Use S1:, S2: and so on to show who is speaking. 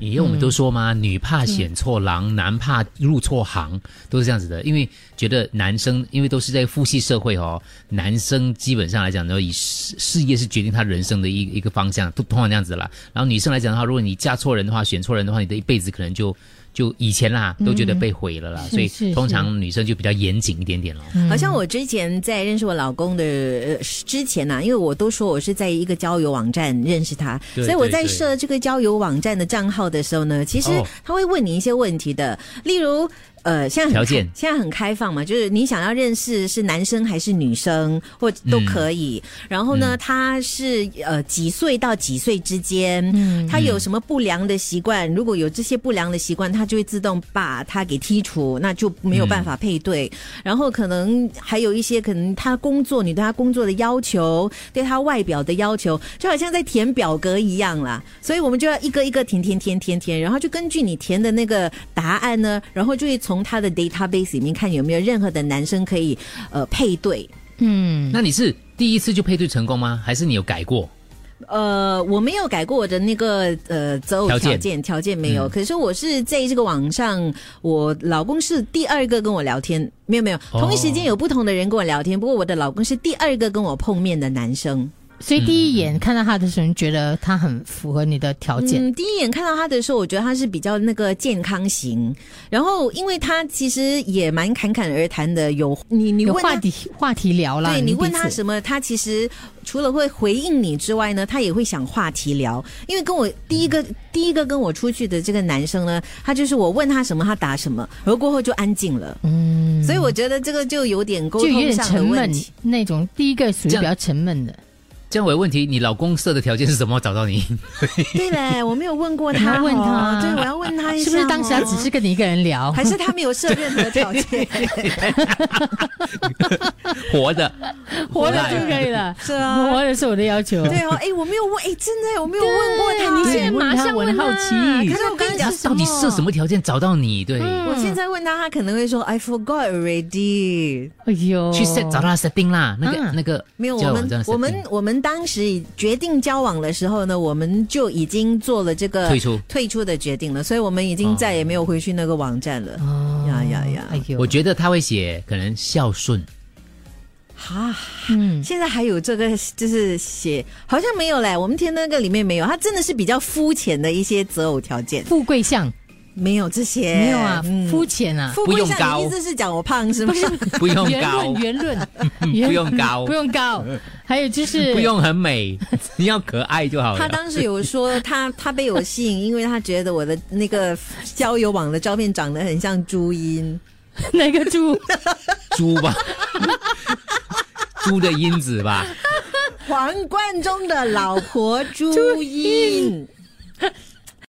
S1: 以前我们都说嘛，
S2: 嗯
S1: 女怕选错郎，男怕入错行，都是这样子的。因为觉得男生，因为都是在父系社会哦，男生基本上来讲呢，以事事业是决定他人生的一一个方向，都通常这样子啦。然后女生来讲的话，如果你嫁错人的话，选错人的话，你的一辈子可能就就以前啦，都觉得被毁了啦。所以
S2: 嗯是是
S1: 通常女生就比较严谨一点点咯。
S3: 好像我之前在认识我老公的呃之前呐、因为我都说我是在一个交友网站认识他，
S1: 对
S3: 所以我在
S1: 对对
S3: 设这个交友网站的账号的时候呢，其实
S1: 哦
S3: 他会问你一些问题的，例如。呃，现在很
S1: 条件
S3: 现在很开放嘛，就是你想要认识是男生还是女生，或都可以。
S1: 嗯
S3: 然后呢，他是呃几岁到几岁之间，
S1: 嗯
S3: 他有什么不良的习惯？如果有这些不良的习惯，他就会自动把他给剔除，那就
S1: 嗯
S3: 没有办法配对。然后可能还有一些可能他工作，你对他工作的要求，对他外表的要求，就好像在填表格一样啦。所以我们就要一个一个填填填填填，然后就根据你填的那个答案呢，然后就会从他的 database 里面看有没有任何的男生可以呃配对。
S2: 嗯，
S1: 那你是第一次就配对成功吗？还是你有改过？
S3: 呃，我没有改过我的那个呃择偶
S1: 条件嗯
S3: 条件，条件没有。可是我是在这个网上，我老公是第二个跟我聊天，没有没有，
S1: 哦
S3: 同一时间有不同的人跟我聊天，不过我的老公是第二个跟我碰面的男生。
S2: 所以第一眼看到他的时候，你觉得他很符合你的条件，
S3: 嗯，第一眼看到他的时候，我觉得他是比较那个健康型，然后因为他其实也蛮侃侃而谈的，有你你
S2: 有
S3: 问
S2: 话
S3: 他。
S2: 题话题聊啦。
S3: 对你
S2: 们
S3: 问
S2: 彼
S3: 他
S2: 此
S3: 什么，他其实除了会回应你之外呢，他也会想话题聊。因为跟我第一个、
S2: 嗯
S3: 第一个跟我出去的这个男生呢，他就是我问他什么，他答什么，而过后就安静了。嗯，所以我觉得这个就有点沟
S2: 就有
S3: 通
S2: 点
S3: 上的
S2: 沉
S3: 问
S2: 闷
S3: 题。
S2: 那种，第一个属于
S1: 这样
S2: 比较沉闷的。
S1: 这样我有问题，你老公设的条件是什么？找到你？
S3: 对嘞，我没有问过
S2: 你
S3: 他
S2: 要
S3: 哦，
S2: 问他啊
S3: 对，我要问他一下哦，哦
S2: 是不是当时他只是跟你一个人聊？
S3: 还是他没有设任何条 件？
S1: 活的，
S2: 活着就可以了？
S3: 是啊
S2: 活着是我的要求。
S3: 对哦，哎，我没有问，哎，真的，我没有问过他。
S2: 对
S3: 哎
S2: 你现在马上
S1: 我
S2: 问
S1: 很
S2: 他
S1: 好奇。
S3: 可是我跟你讲什
S1: 到
S3: 么嗯
S1: 底设什么条件找到你？对，
S3: 我现在问他，他可能会说 I forgot already。
S2: 哎呦，
S1: 去 set 找到他 setting 啦，那个
S2: 嗯
S1: 那个
S3: 哦啊没有，
S1: 交
S3: 我
S1: 友网站
S3: 们
S1: 的
S3: 我
S1: setting
S3: 们我们当时已决定交往的时候呢，我们就已经做了这个
S1: 退出哦
S3: 退出的决定了，所以我们已经再也没有回去那个网站了。
S2: 哦
S3: 呀呀呀
S2: 哎呦，
S1: 我觉得他会写可能孝顺，
S3: 哈，
S2: 嗯，
S3: 现在还有这个就是写，好像没有嘞，我们填那个里面没有，它真的是比较肤浅的一些择偶条件，
S2: 富贵相
S3: 没有这些，
S2: 没有啊，
S3: 嗯
S2: 肤浅啊，
S3: 富贵
S1: 不用
S3: 相，
S1: 高
S3: 你意思是讲我胖是吗？
S1: 不 用
S2: 言
S1: 高
S2: 论，言论，
S1: 不用高
S2: 不用高，还有就是
S1: 不用很 美，你要可爱就好
S3: 他
S1: 了。
S3: 当时有说他他被我吸引，因为他觉得我的那个交友网的照片长得很像朱茵。
S2: 哪个猪，
S1: 猪吧，猪的因子吧，
S3: 黄贯中的老婆朱茵，